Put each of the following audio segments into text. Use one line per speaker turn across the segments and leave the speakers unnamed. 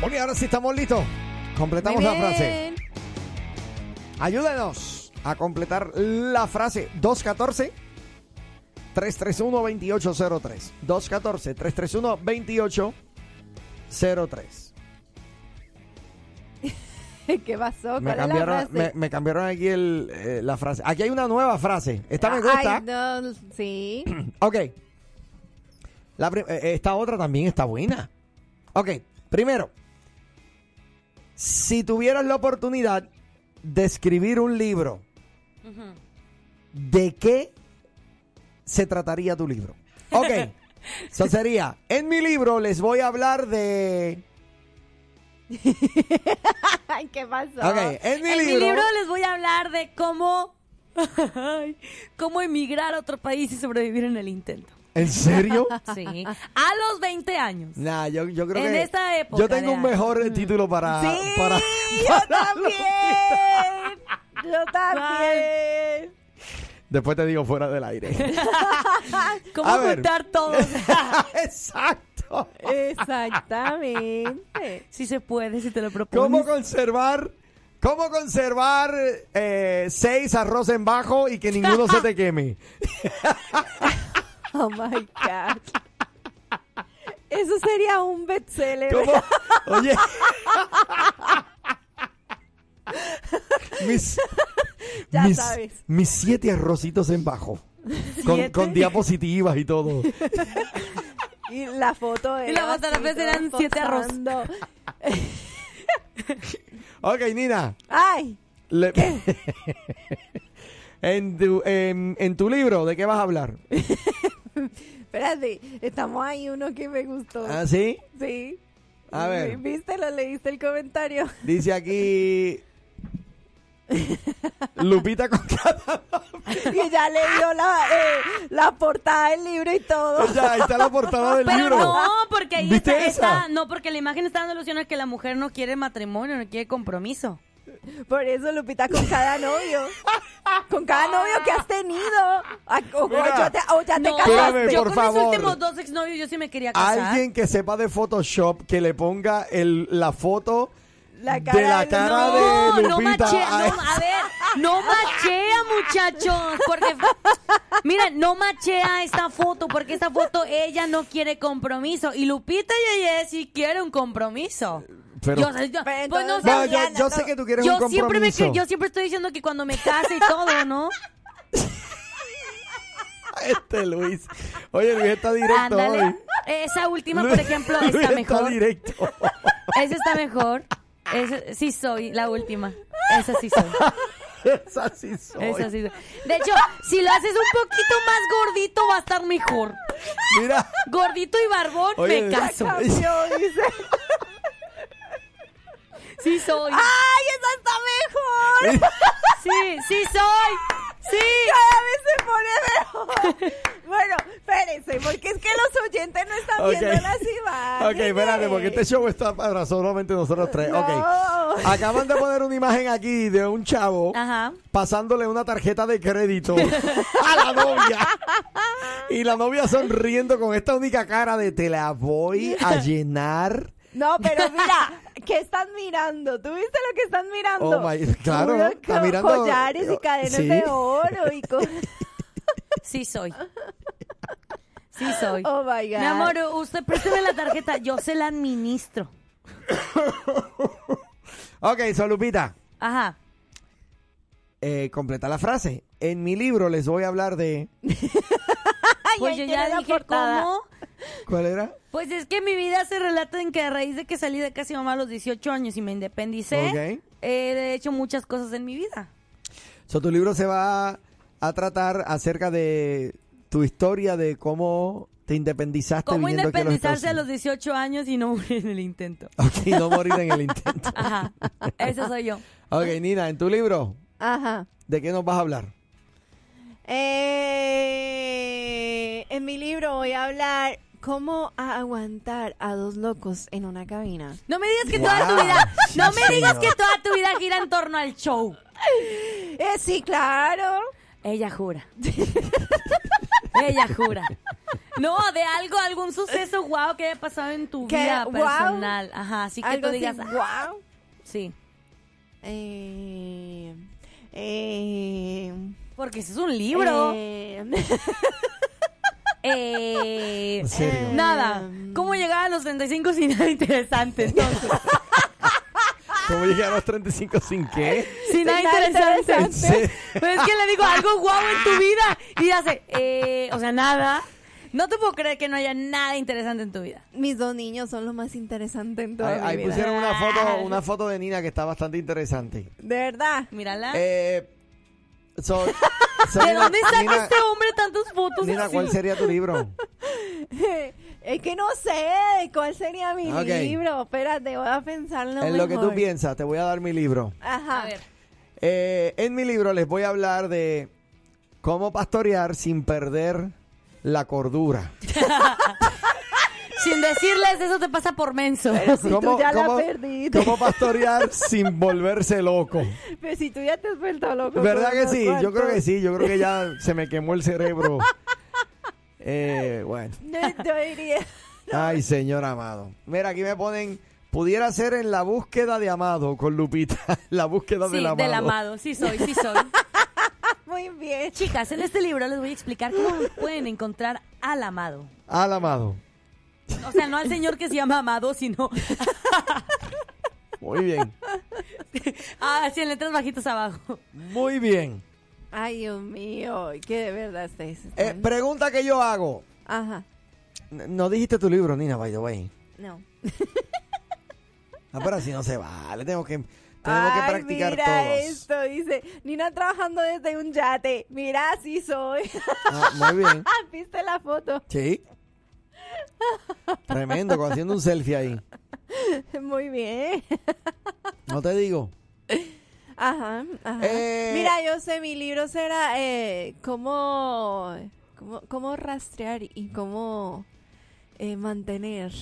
Moni, ahora sí estamos listos. Completamos la frase. Ayúdenos a completar la frase 214 331 2803. 214 331 2803.
¿Qué pasó? ¿Cuál
Me
es la
cambiaron,
frase?
me, me cambiaron aquí el, eh, la frase. Aquí hay una nueva frase. Esta me gusta.
Ay, no, sí.
Ok. La pri- eh, esta otra también está buena. Ok, primero. Si tuvieras la oportunidad de escribir un libro, ¿de qué se trataría tu libro? Ok. Eso sería, en mi libro les voy a hablar de...
Ay, ¿qué pasó?
Ok, en mi
en
libro...
mi libro les voy a hablar de cómo, Ay, cómo emigrar a otro país y sobrevivir en el intento.
¿En serio?
Sí. A los 20 años.
Nah, yo, yo creo
En
que...
esta época,
Yo tengo un
Leandro.
mejor eh, título para...
sí,
para-
yo
para los-
también.
Yo también.
Después te digo fuera del aire.
¿Cómo
A ver.
juntar todo?
Exacto.
Exactamente.
Si se puede, si te lo propones.
¿Cómo conservar? ¿Cómo conservar eh, seis arroz en bajo y que ninguno se te queme?
Oh my God. Eso sería un bestseller.
¿Cómo? Oye. Mis,
Ya
mis-
sabes.
mis siete arrocitos en bajo. Con,
¿Siete?
con diapositivas y todo.
Y la foto de
Y la foto de la vez eran siete arroz.
posando.
Ok, Nina.
Ay,
le- en, tu, en- en tu libro, ¿de qué vas a hablar?
espérate. Estamos ahí uno que me gustó.
¿Ah, sí?
Sí.
A ver.
¿Viste? Lo leíste el comentario.
Dice aquí. Lupita Conca-
Y ya le dio la, eh, la portada del libro y todo.
Ya, ahí está la portada del
Pero
libro.
no, porque ahí
¿Viste
está,
esa?
está- No, porque la imagen está dando ilusión a que la mujer no quiere matrimonio, no quiere compromiso.
Por eso, Lupita, con cada novio. Con cada novio que has tenido. Ay, O, o
Mira.
ya te, o ya te
No,
casaste.
Espérame,
yo
por
con
favor.
mis últimos dos exnovios yo sí me quería casar.
Alguien que sepa de Photoshop que le ponga el, la foto
La
de la
cara de-
cara
no,
de
no
Lupita.
machea,
Ay,
no, a ver, no machea, muchachos, porque mira, no machea esta foto, porque esta foto ella no quiere compromiso y Lupita Yeye sí quiere un compromiso.
Pero-
yo, yo-
Pero
pues no
entonces-
sé,
No, yo, yo
no.
sé que tú quieres
yo
un compromiso.
siempre me que- yo siempre estoy diciendo que cuando me case y todo, ¿no?
Este Luis. Oye, Luis está directo hoy.
Ándale. Esa última, por
Luis-
ejemplo,
Luis
está
Está
mejor.
directo.
Esa está mejor. Esa- sí soy, la última. Esa sí soy.
Es así soy.
Esa sí soy. De hecho, si lo haces un poquito más gordito, va a estar mejor.
Mira.
Gordito y barbón,
Oye,
me caso.
Cambió, dice.
Sí soy.
¡Ah!
¡Ay, esa está mejor!
Sí, sí soy. Sí.
Cada vez se pone mejor. Bueno, espérense, porque es que los oyentes no están
Ok.
viendo las imágenes.
Ok, espérate, porque este show está para solamente nosotros tres.
No.
Ok. Acaban de poner una imagen aquí de un chavo
Ajá.
pasándole una tarjeta de crédito a la novia. Y la novia sonriendo con esta única cara de te la voy a llenar.
No, pero mira, ¿qué están mirando? ¿Tú viste lo que están mirando?
Oh my- claro,
Unos
está
co-
mirando- Oh,
Collares y cadenas
Sí.
de oro y cosas.
Sí soy. Sí soy.
Oh my God.
Mi amor, usted présteme la tarjeta, yo se la administro.
Ok, Solupita,
Ajá.
eh, completa la frase. En mi libro les voy a hablar de...
Pues
ahí
yo
tiene
ya
la
dije
portada.
cómo.
¿Cuál era?
Pues es que mi vida se relata en que a raíz de que salí de casi mamá a los 18 años y me independicé,
Ok.
he hecho muchas cosas en mi vida.
So, tu libro se va a tratar acerca de tu historia de cómo Te independizaste
¿Cómo
viendo que
independizarse a
Estados
los 18 años y no morir en el intento?
Ok, no morir en el intento.
Ajá, eso soy yo.
Ok, Nina, en tu libro,
Ajá.
¿de qué nos vas a hablar?
Eh, en mi libro voy a hablar cómo aguantar a dos locos en una cabina.
No me digas que toda tu
Wow.
vida,
Sí,
no me digas
señor.
que toda tu vida gira en torno al show.
Eh, sí, claro.
Ella jura. Ella jura. No, de algo, algún suceso guau que haya pasado en tu
Que,
vida
guau,
personal. Ajá, así que
Algo
tú
así,
digas, "Ah,
wow.
sí.
Eh, eh,
Porque eso es un libro.
eh,
Eh,
En serio.
nada.
Em.
¿Cómo llegar a los 35 sin nada interesante? Entonces,
¿Cómo llegué a los 35 sin qué?
sin nada
nada
interesante.
¿En serio?
Pero es que le digo algo guau en tu vida y hace, eh, o sea, nada. No te puedo creer que no haya nada interesante en tu vida.
mis dos niños son lo más interesante en toda
Ahí,
mi
ahí
vida.
pusieron una foto, una foto de Nina que está bastante interesante.
De verdad.
Mírala.
Eh, so- so,
Ah. ¿De
Nina-
dónde saca
Nina-
este hombre tantas fotos
Nina,
así?
¿cuál sería tu libro?
Es que no sé cuál sería mi
Ok.
libro. Espérate, voy a pensarlo
en lo que tú
mejor.
piensas, te voy a dar mi libro.
Ajá.
A ver.
Eh, en mi libro les voy a hablar de cómo pastorear sin perder la cordura.
Sin decirles, eso te pasa por menso.
Si tú ya la perdiste.
cómo pastorear sin volverse loco.
Pero si tú ya te has vuelto loco.
¿Verdad
con
que
los
sí? Yo creo que
cuartos.
sí, yo creo que ya se me quemó el cerebro. Eh, bueno.
Yo, yo diría.
Ay, señor amado. Mira, aquí me ponen, pudiera ser en la búsqueda de amado con Lupita. La búsqueda
Sí,
del amado.
del amado. Sí soy, sí soy.
Muy bien.
Chicas, en este libro les voy a explicar cómo pueden encontrar al amado.
Al amado.
O sea, no al señor que se llama amado, sino
Muy bien.
así Ah, en letras bajitas abajo.
Muy bien.
Ay, Dios mío. Que de verdad estáis.
Eh, pregunta que yo hago.
Ajá.
N- No dijiste tu libro, Nina, by the way.
No.
Ah, pero así no se vale. Tengo que, tenemos que
Ay,
practicar
mira
todos.
esto, dice Nina trabajando desde un yate. Mira, así soy.
Ah, muy bien.
¿Viste la foto?
Sí. Tremendo, con- haciendo un selfie ahí.
Muy bien.
No te digo.
Ajá, ajá.
Eh,
Mira, yo sé, mi libro será eh, cómo, cómo, cómo rastrear y cómo eh, mantener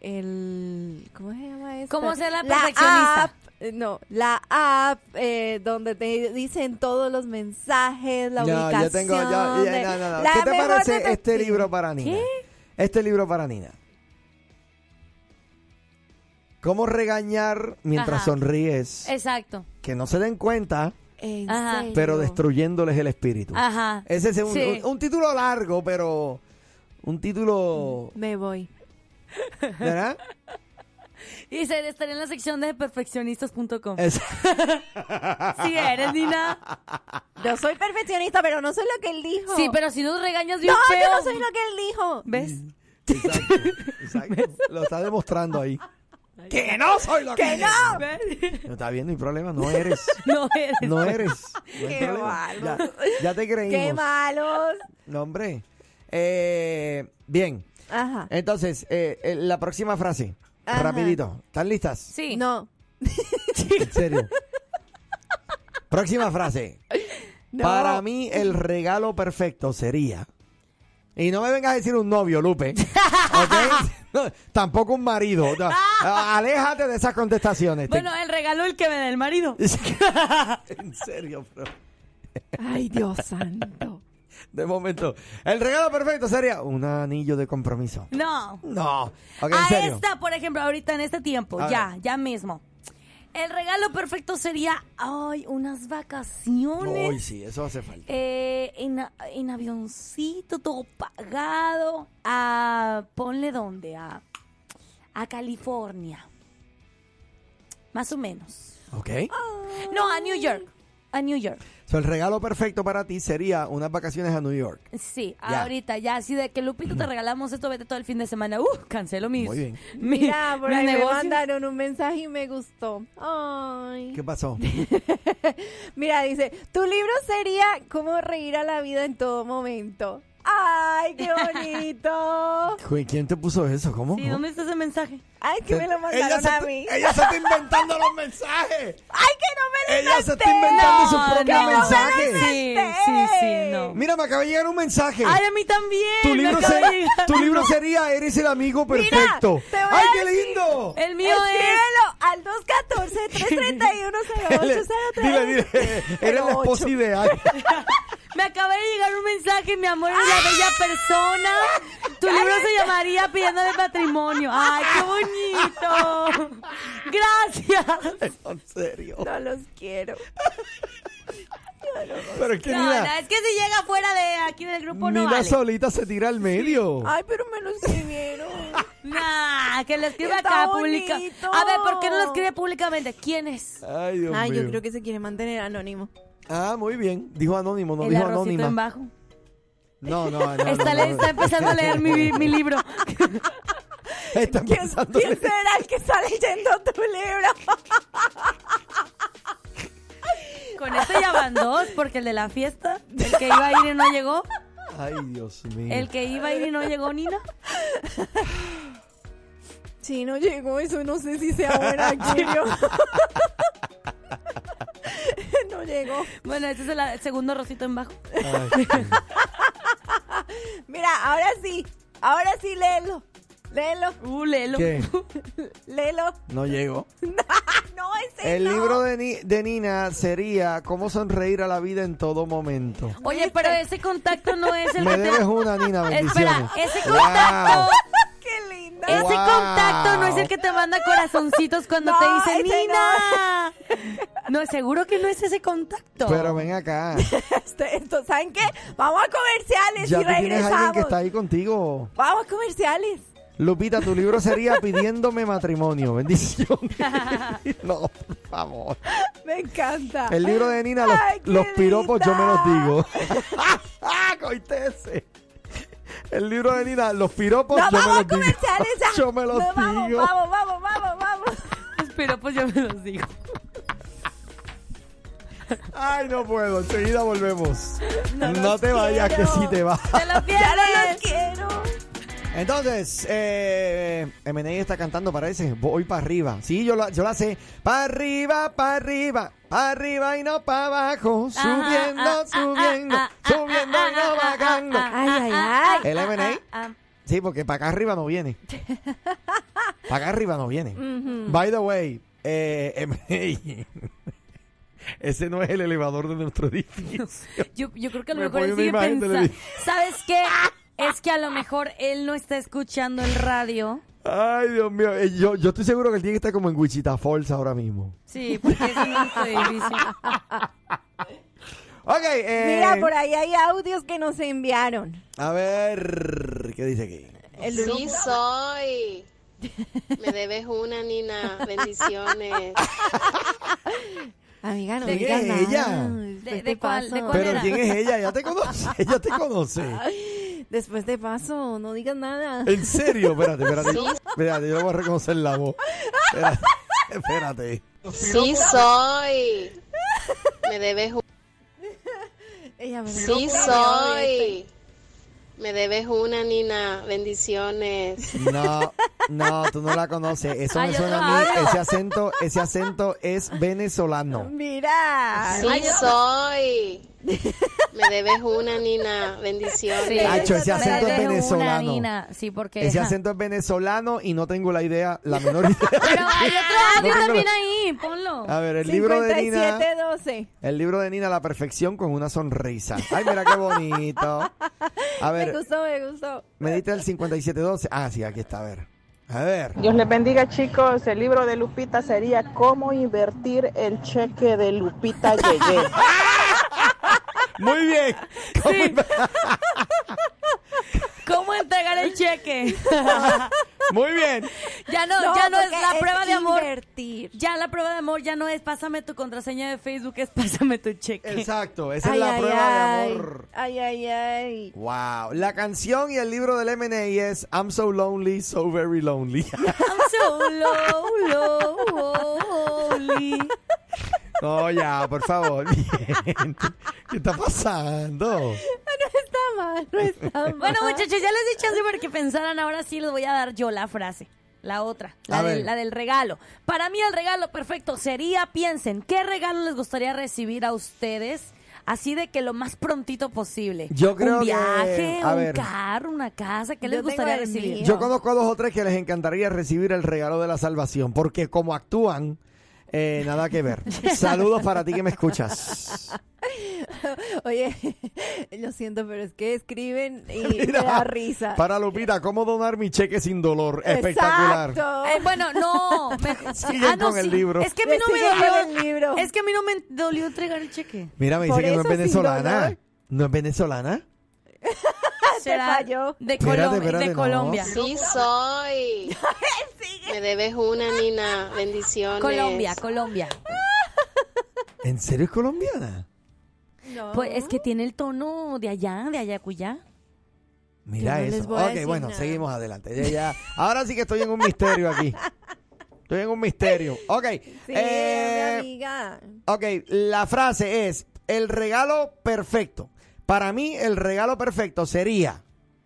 el... ¿Cómo se llama eso?
¿Cómo ser la perfeccionista?
eh, no, la app eh, donde te dicen todos los mensajes, la
Ya,
ubicación.
ya tengo, ya, ya,
de-
no, no, no.
la
¿Qué te
mejor
parece este
detective.
libro para Nina? Este libro para Nina. ¿Cómo regañar mientras
Ajá.
sonríes?
Exacto.
Que no se den cuenta,
¿En
Ajá.
serio?
pero destruyéndoles el espíritu.
Ajá.
Ese es un,
Sí.
un- un título largo, pero un título...
Me voy.
¿Verdad?
Y se estaría en la sección de perfeccionistas.com.
Es-
Sí eres, Nina.
Yo soy perfeccionista, pero no soy lo que él dijo.
Sí, pero si nos regañas
No,
bien feo.
yo no soy lo que él dijo.
¿Ves?
Exacto, exacto. Lo está demostrando ahí. ¡Que no soy lo que, no!
¿Ves?
Está bien, no hay problema, no eres.
No eres.
No eres. No hay
Qué
problema.
malo.
Ya, ya te creímos.
¡Qué malos!
No, hombre. Eh, bien.
Ajá.
Entonces, eh, eh, la próxima frase.
Ajá.
Rapidito. ¿Están listas?
Sí.
No.
En serio. próxima frase.
No.
Para mí, el regalo perfecto sería. Y no me vengas a decir un novio, Lupe. ¿ok? No, tampoco un marido. No, Aléjate de esas contestaciones. Te-
Bueno, el regalo el que me da el marido.
en serio, bro.
Ay, Dios santo.
De momento. El regalo perfecto sería un anillo de compromiso.
No.
No. Ok, en
a
serio.
esta, por ejemplo, ahorita en este tiempo,
A
ya,
ver.
ya mismo. El regalo perfecto sería, ay, unas vacaciones.
Uy, sí, eso hace falta.
eh, en, a- en avioncito, todo pagado. A, ponle dónde, a, a California. Más o menos.
Ok.
No, a New York. A New York.
So, el regalo perfecto para ti sería unas vacaciones a New York.
Sí,
Ya.
ahorita ya, así de que Lupito te regalamos esto, vete todo el fin de semana. Uh, cancelo mis.
Muy bien.
mi-
Mira, por
mis
ahí me
negocios.
mandaron un mensaje y me gustó. Ay.
¿Qué pasó?
Mira, dice, tu libro sería cómo reír a la vida en todo momento. ¡Ay, qué bonito!
Uy, ¿Quién te puso eso? ¿Cómo?
Sí, ¿dónde está ese mensaje?
¡Ay, que me lo
ella,
mandaron
se
a
está-
mí!
ella se está inventando los mensajes.
¡Ay, que no me lo
Ella se está
inventé!
inventando su
No,
propio
no, no.
mensaje.
Sí, sí, sí, no.
Mira, me acaba de llegar un mensaje.
Ay, a mí también.
tu
me
libro,
acaba
se-
de llegar.
tu libro sería Eres el amigo perfecto.
te voy
¡Ay,
a
qué
decir-
lindo!
El mío es.
Escríbelo al 214 331
Dile,
0803
dile, dile, eres la esposa ideal.
Me acaba de llegar un mensaje, mi amor, eres
¡Ah!
una bella persona. Tu libro se llamaría Pidiéndole matrimonio. Ay, qué bonito. Gracias.
En serio.
No los quiero.
Pero es que
No,
mira,
no, es que si llega fuera de aquí del grupo no
Nina
vale. Ah.
solita se tira al medio.
Ay, pero me lo escribieron.
Nah, que lo escriba
Está
acá pública.
bonito.
A ver, ¿por qué no lo escribe públicamente? ¿Quién es?
Ay, Dios
Ay,
mío.
yo creo que se quiere mantener anónimo.
Ah, muy bien. Dijo anónimo, no
el
dijo
arrocito
anónima.
en bajo.
No, no, no. no,
está, le-
no.
está empezando a leer mi, mi libro.
Está
¿Quién,
empezando
quién será el que está leyendo tu libro?
Con este ya van dos, porque el de la fiesta, el que iba a ir y no llegó,
Ay, Dios mío.
el que iba a ir y no llegó Nina.
Sí, no llegó eso, no sé si sea buena Julio. no llegó.
Bueno, ese es el, el segundo rosito en bajo.
Ay,
Mira, ahora sí, ahora sí léelo. Léelo,
Uh, léelo.
¿Qué?
léelo.
No llegó.
No, ese
El
no.
libro de, Ni- de Nina sería Cómo sonreír a la vida en todo momento.
Oye, pero ese contacto no es el
Me
que te-
debes una, Nina, bendiciones.
Espera, ese contacto,
Wow.
Qué linda.
ese
Wow.
contacto no es el que te manda corazoncitos cuando
No,
te dice
ese
Nina. No. seguro que no es ese contacto.
Pero ven acá.
Este, esto, ¿Saben qué? Vamos a comerciales
Ya
y
tú tienes a alguien
regresamos.
que está ahí contigo.
Vamos a comerciales.
Lupita, tu libro sería Pidiéndome matrimonio. Bendición. No, por favor.
Me encanta.
El libro de Nina, los,
Ay, qué
los piropos yo me los
linda.
digo. Coite ese. El libro de Nina, los piropos
No,
yo me
vamos a
los digo.
comerciales ya.
Yo me los
No, vamos,
digo.
vamos, vamos, vamos, vamos.
Pero pues yo me los digo.
Ay, no puedo. Enseguida volvemos. No,
No los
te vayas, que
quiero.
sí te vas.
¡Te lo
Ya no
pierdes!
los quiero.
Entonces, eh, M&A está cantando, parece. Voy para arriba. Sí, yo la, yo la sé. Para arriba, para arriba. Para arriba y no para abajo.
Ajá,
Subiendo,
ah, ah,
subiendo.
ah, ah,
subiendo
ah,
y
ah,
no
ah,
bajando.
ah, ah,
Ay, ay,
ah,
ay.
ah,
El M&A.
ah, ah.
Sí, porque para acá arriba no viene. Para acá arriba no viene. By the way, eh, M&A. ese no es el elevador de nuestro edificio.
Yo, yo creo que a lo
Me
mejor
pone
él
una
sigue
imagen de la
pensando. ¿Sabes qué? Es que a lo mejor él no está escuchando el radio.
Ay, Dios mío. Eh, Yo, yo estoy seguro que él tiene que estar como en Wichita Falls ahora mismo.
Sí, porque es nuestro edificio.
Ok, eh,
Mira, por ahí hay audios que nos enviaron.
A ver, ¿qué dice aquí?
El
Sí soy. Me debes una, Nina. Bendiciones.
Amiga, no
¿De
digas
qué?
nada.
¿Ella?
Después
¿De-
te
de cuál- de
paso.
cuál
Pero
era?
¿quién es ella? Ella te conoce, ella te conoce.
Después te paso, no digas nada.
En serio, espérate, espérate. Espérate, yo le voy a reconocer la voz. Espérate. espérate.
Sí soy. Me debes una.
Eh,
Ella me lo
Sí soy. Me debes una, Nina. Bendiciones.
No, no, tú no la conoces. Eso
Ay,
me
Ah, yo
suena
no
a mí.
hablo.
Ese acento, ese acento es venezolano.
Mira.
Sí soy. Me debes una, Nina. Bendiciones.
Hacho, ese acento es
Dale una,
venezolano.
Nina. Sí, porque.
Ese
ajá.
acento es venezolano y no tengo la idea, la menor idea.
Pero hay otro audio
No Ah, tengo
también
la-
ahí, ponlo.
A ver, el libro de Nina.
5712.
El libro de Nina, La perfección con una sonrisa. Ay, mira qué bonito. A
Me
ver,
gustó, me gustó.
me diste el 5712. Ah, sí, aquí está, a ver. A ver.
Dios les bendiga chicos, el libro de Lupita sería cómo invertir el cheque de Lupita Yeye.
Muy bien. ¿Cómo inver-
¿Cómo entregar el cheque?
Muy bien.
ya no, ya no es
porque
la prueba de amor.
Invertir.
Ya la prueba de amor ya no es pásame tu contraseña de Facebook, es pásame tu cheque.
Exacto, esa
Ay,
es la
ay,
prueba
ay.
de amor.
Ay, ay, ay.
Wow. La canción y el libro del M&A es I'm so lonely, so very lonely.
I'm so low, low, lonely.
No, ya, por favor. Bien. ¿Qué está pasando?
No está mal, no está mal.
Ah, Bueno, muchachos, ya les di chance para que pensaran. Ahora sí les voy a dar yo la frase. La otra,
A
la, del,
ver.
la del regalo. Para mí el regalo perfecto sería, piensen, ¿qué regalo les gustaría recibir a ustedes? Así de que lo más prontito posible.
Yo creo
Un
que-
viaje,
a
un
ver.
carro, una casa. ¿Qué
Yo
les
tengo
gustaría
el
recibir?
mío.
Yo conozco a dos o tres que les encantaría recibir el regalo de la salvación, porque como actúan, eh, nada que ver. Saludos para ti que me escuchas.
Oye, lo siento, pero es que escriben y me
Mira,
da risa.
Para Lupita, ¿cómo donar mi cheque sin dolor? Espectacular.
Exacto.
Eh, bueno, no. me-
Siguen
Ah, no,
con el
sí.
libro.
Es que a mí no me
Siguen con
dolió.
el libro.
Es que a mí no me dolió entregar el cheque.
Mira, me dice
Por
que no es
eso sin
venezolana.
dolor.
¿No es venezolana?
Será
Ah, falló.
De,
Espérate,
Colom-
espérate,
de
no.
Colombia.
Sí soy. Me debes una, Nina. Bendiciones.
Colombia, Colombia.
¿En serio es colombiana?
No.
Pues es que tiene el tono de allá, de Ayacuya.
Mira
Yo no les
eso.
voy a
Ok,
decir
bueno,
nada.
seguimos adelante. Ya, ya. Ahora sí que estoy en un misterio aquí. Estoy en un misterio. Ok.
Sí,
eh,
mi amiga.
Ok, la frase es el regalo perfecto. Para mí el regalo perfecto sería,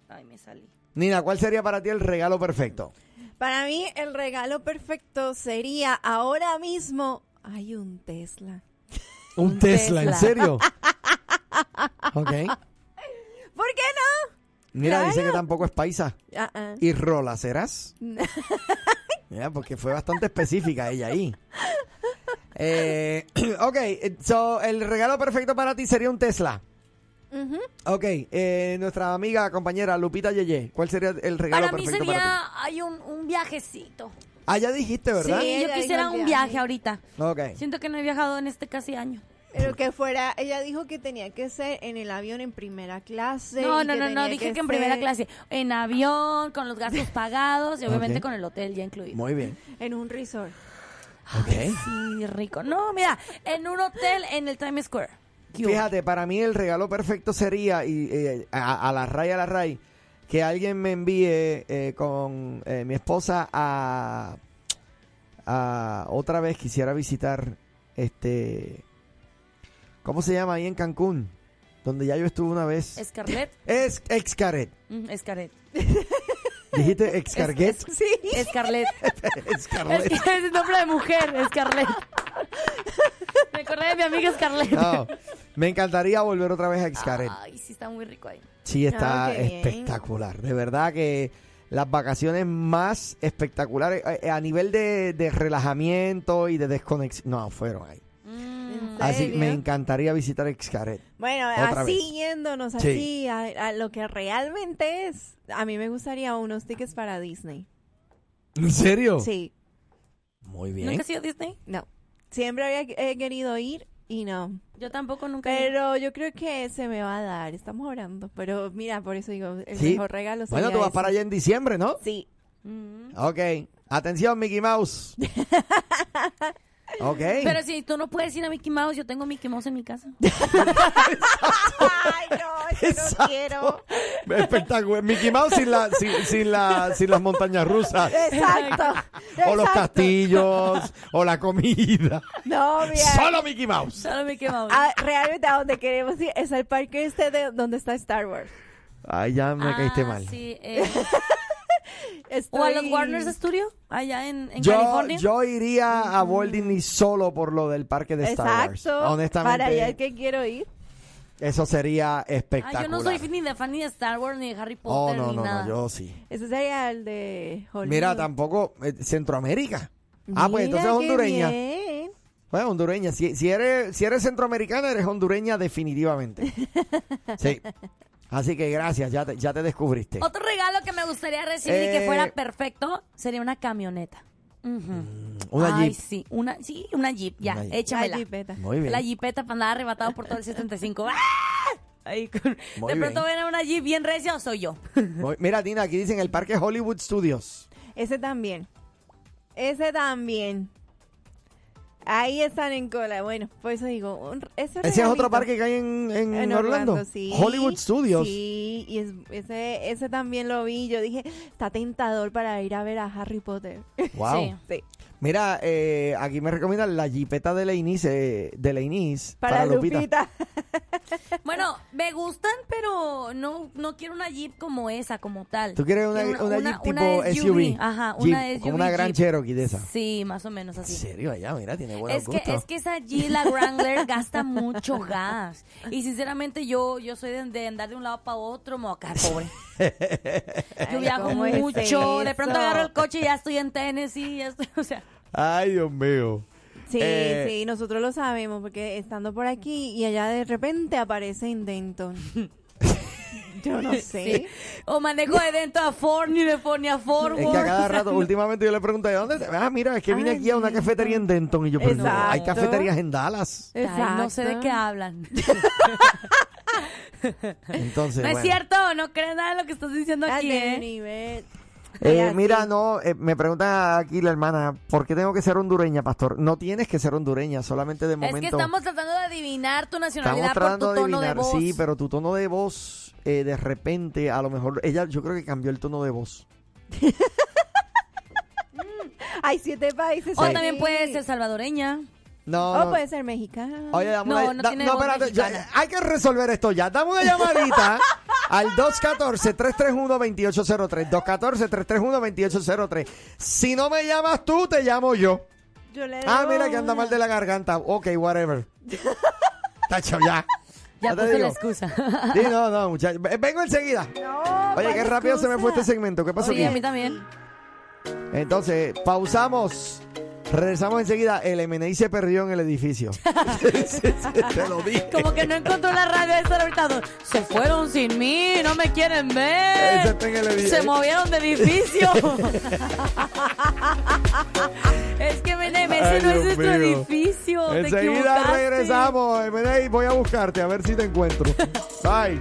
Ay, me salí.
Nina, ¿cuál sería para ti el regalo perfecto?
Para mí, el regalo perfecto sería ahora mismo. Hay un Tesla.
Un, Tesla, ¿en
Tesla.
serio? ok.
¿Por qué
Mira, dice
Claro.
que tampoco es paisa.
no? Ah, ah.
¿Y Rola serás? Mira, porque fue bastante específica ella ahí. Eh, ok, so, el regalo perfecto para ti sería un Tesla.
Ujú.
Ok, eh, nuestra amiga, compañera Lupita Yeye, ¿cuál sería el regalo
Para mí
perfecto
sería,
para ti?
hay un, un viajecito.
Ah, ya dijiste, ¿verdad?
Sí, yo
Ella
quisiera
dijo el
un
viaje.
viaje ahorita.
Ok.
Siento que no he viajado en este casi año.
Pero que fuera, ella dijo que tenía que ser en el avión en primera clase.
no,
y
no, no, no,
tenía
dije que, en primera
ser
clase. En avión, con los gastos pagados y obviamente
Ok.
con el hotel ya incluido.
Muy bien.
En un resort.
Ok.
Sí, rico. No, mira, en un hotel en el Times Square. ¿Qué hubo?
Fíjate, para mí el regalo perfecto sería, y eh, a, a la raya, a la raya, que alguien me envíe eh, con eh, mi esposa a, a- otra vez quisiera visitar este ¿cómo se llama ahí en Cancún? Donde ya yo estuve una vez. Es,
Scarlett.
Excaret.
Mm, Scarlett.
¿Dijiste Excarguet?
Es- es- Scarlett. Es,
Excarlet.
que es nombre de mujer, Scarlett. Me acordé de mi amiga Scarlett.
No, me encantaría volver otra vez a Excaret.
Ay, sí, está muy rico ahí.
Sí, está
Ah, qué bien.
espectacular. De verdad que las vacaciones más espectaculares eh, eh, a nivel de, de relajamiento y de desconexión. No, fueron ahí.
Mm.
¿En
Así
serio?
me encantaría visitar Excaret.
Bueno,
Otra
así
vez.
yéndonos
Sí.
así a, a lo que realmente es. A mí me gustaría unos tickets para Disney.
¿En serio?
Sí,
Muy bien.
¿Nunca has ido a Disney?
no. Siempre había he querido ir y no.
Yo tampoco nunca he ido.
Pero yo creo que se me va a dar. Estamos orando. Pero mira, por eso digo, el
Sí.
mejor regalo sería
Bueno, tú vas
ese.
para allá en diciembre, ¿no?
Sí.
Mm.
Ok. Atención, Mickey Mouse. ok.
Pero si tú no puedes ir a Mickey Mouse, yo tengo Mickey Mouse en mi casa.
Ay, no, eso
Exacto.
no quiero.
Espectacular. Mickey Mouse sin, la, sin, sin la, sin las montañas rusas.
Exacto.
O los
exacto.
castillos. O la comida.
No, mira.
Solo Mickey Mouse.
Solo Mickey Mouse.
Ah, realmente a donde queremos ir es al parque este de donde está Star Wars.
Ay, ya me
Ah,
caíste mal.
sí, eh,
Estoy-
o a los Warner Studio, allá en, en
Yo,
California.
yo iría a Walt Disney solo por lo del parque de Star Wars.
Exacto. Para allá es
Honestamente,
que quiero ir.
eso sería espectacular.
Ah, yo no soy ni de fan ni de Star Wars, ni de Harry
Oh,
Potter,
no,
ni
no,
nada.
no, yo sí.
Ese sería el de Hollywood.
Mira, tampoco eh, Centroamérica. Ah, pues
Mira,
entonces
qué
hondureña.
bien.
Pues hondureña. Si, si eres, si eres centroamericana, eres hondureña definitivamente. sí. Así que gracias, ya te, ya te descubriste.
Otro regalo que me gustaría recibir y
Eh,
que fuera perfecto sería una camioneta. Ujú.
Una
Ay,
Jeep.
sí, una, sí, una Jeep, ya,
Una Jeep.
échamela.
La jipeta.
Muy bien.
La Jeepeta para andar arrebatado por todo el 75. ¡Ah! Ahí con-
Muy
de pronto
bien.
ven a una Jeep bien recia o soy yo.
Muy- Mira, Tina, aquí dicen el parque Hollywood Studios.
Ese también. Ese también. Ahí están en cola. Bueno, por eso digo, un-
Ese
ese,
es otro
regalito
parque que hay en, en
en
Orlando.
sí.
Hollywood Studios.
Sí, y es- ese, ese también lo vi. Yo dije, está tentador para ir a ver a Harry Potter.
Wow.
Sí.
Sí.
Mira, eh, aquí me recomiendan la jipeta de Leinis, eh, de Leinis
Para, Lupita.
Bueno, me gustan, pero no, no quiero una Jeep como esa, como tal.
¿Tú quieres una,
Quiero
una Jeep tipo SUV?
Ajá, una
Jeep,
SUV.
Como una gran
Jeep.
Cherokee de esa.
Sí, más o menos
¿En
así.
serio? Allá, mira, tiene buenos
Es que,
gustos.
es que esa Jeep, la Wrangler, gasta mucho gas. Y sinceramente yo, yo soy de, de andar de un lado para otro, me voy a caer pobre. Yo
Ay,
viajo
¿cómo es
mucho, de pronto
eso?
agarro el coche y ya estoy en Tennessee, ya estoy, o sea,
Ay, Dios mío.
Sí,
Eh,
sí, nosotros lo sabemos porque estando por aquí y allá de repente aparece en Denton. Yo no sé.
sí. O manejo de dentro a Ford, ni de Ford, ni a Ford.
Es que a cada rato, últimamente yo le pregunto, ¿de dónde? te- Ah, mira, es que vine
Ay,
aquí a una cafetería en Denton. Y yo, pero no, hay
Exacto.
cafeterías en Dallas.
Ay, no sé de qué hablan.
Entonces,
no es
bueno.
cierto, no crees nada de lo que estás diciendo
Al
aquí,
de
¿eh?
nivel.
Eh,
Así.
mira, no, eh, me pregunta aquí la hermana, ¿por qué tengo que ser hondureña, pastor? No tienes que ser hondureña, solamente de momento.
Es que estamos tratando de adivinar tu
estamos
nacionalidad por
tratando
tu
de
tono de
adivinar,
voz.
sí, pero tu tono de voz, eh, de repente, a lo mejor, ella, yo creo que cambió el tono de voz.
Hay siete países.
O
aquí.
también puede ser salvadoreña. Oh,
No, no.
O Oh,
pues
puede ser mexicano.
Oye, dame
No,
una-
no
da-
tiene voz
yo-
mexicana.
hay que resolver esto ya. Dame una llamadita al 214-331-2803. 214-331-2803. Si no me llamas tú, te llamo yo.
Yo le
Ah,
debo
mira que anda
una.
mal de la garganta. Ok, whatever. Tacho, ya.
Ya
te
puse la
Ah, digo.
excusa.
Sí, no, no, muchachos. Vengo enseguida. Oye, qué rápido se me fue este segmento. ¿Qué pasó
Sí, a
aquí?
mí también.
Entonces, pausamos. Regresamos enseguida. El MNI se perdió en el edificio. te lo dije.
Como que no encontró la radio esta ahorita. dos. Se fueron sin mí, no me quieren
Ese
ver.
está en el edificio.
Se movieron de edificio. es que Menem,
Ay,
ese no
Dios
es nuestro
mío.
edificio. te
Enseguida
equivocaste.
regresamos, Emenei, voy a buscarte a ver si te encuentro. Bye.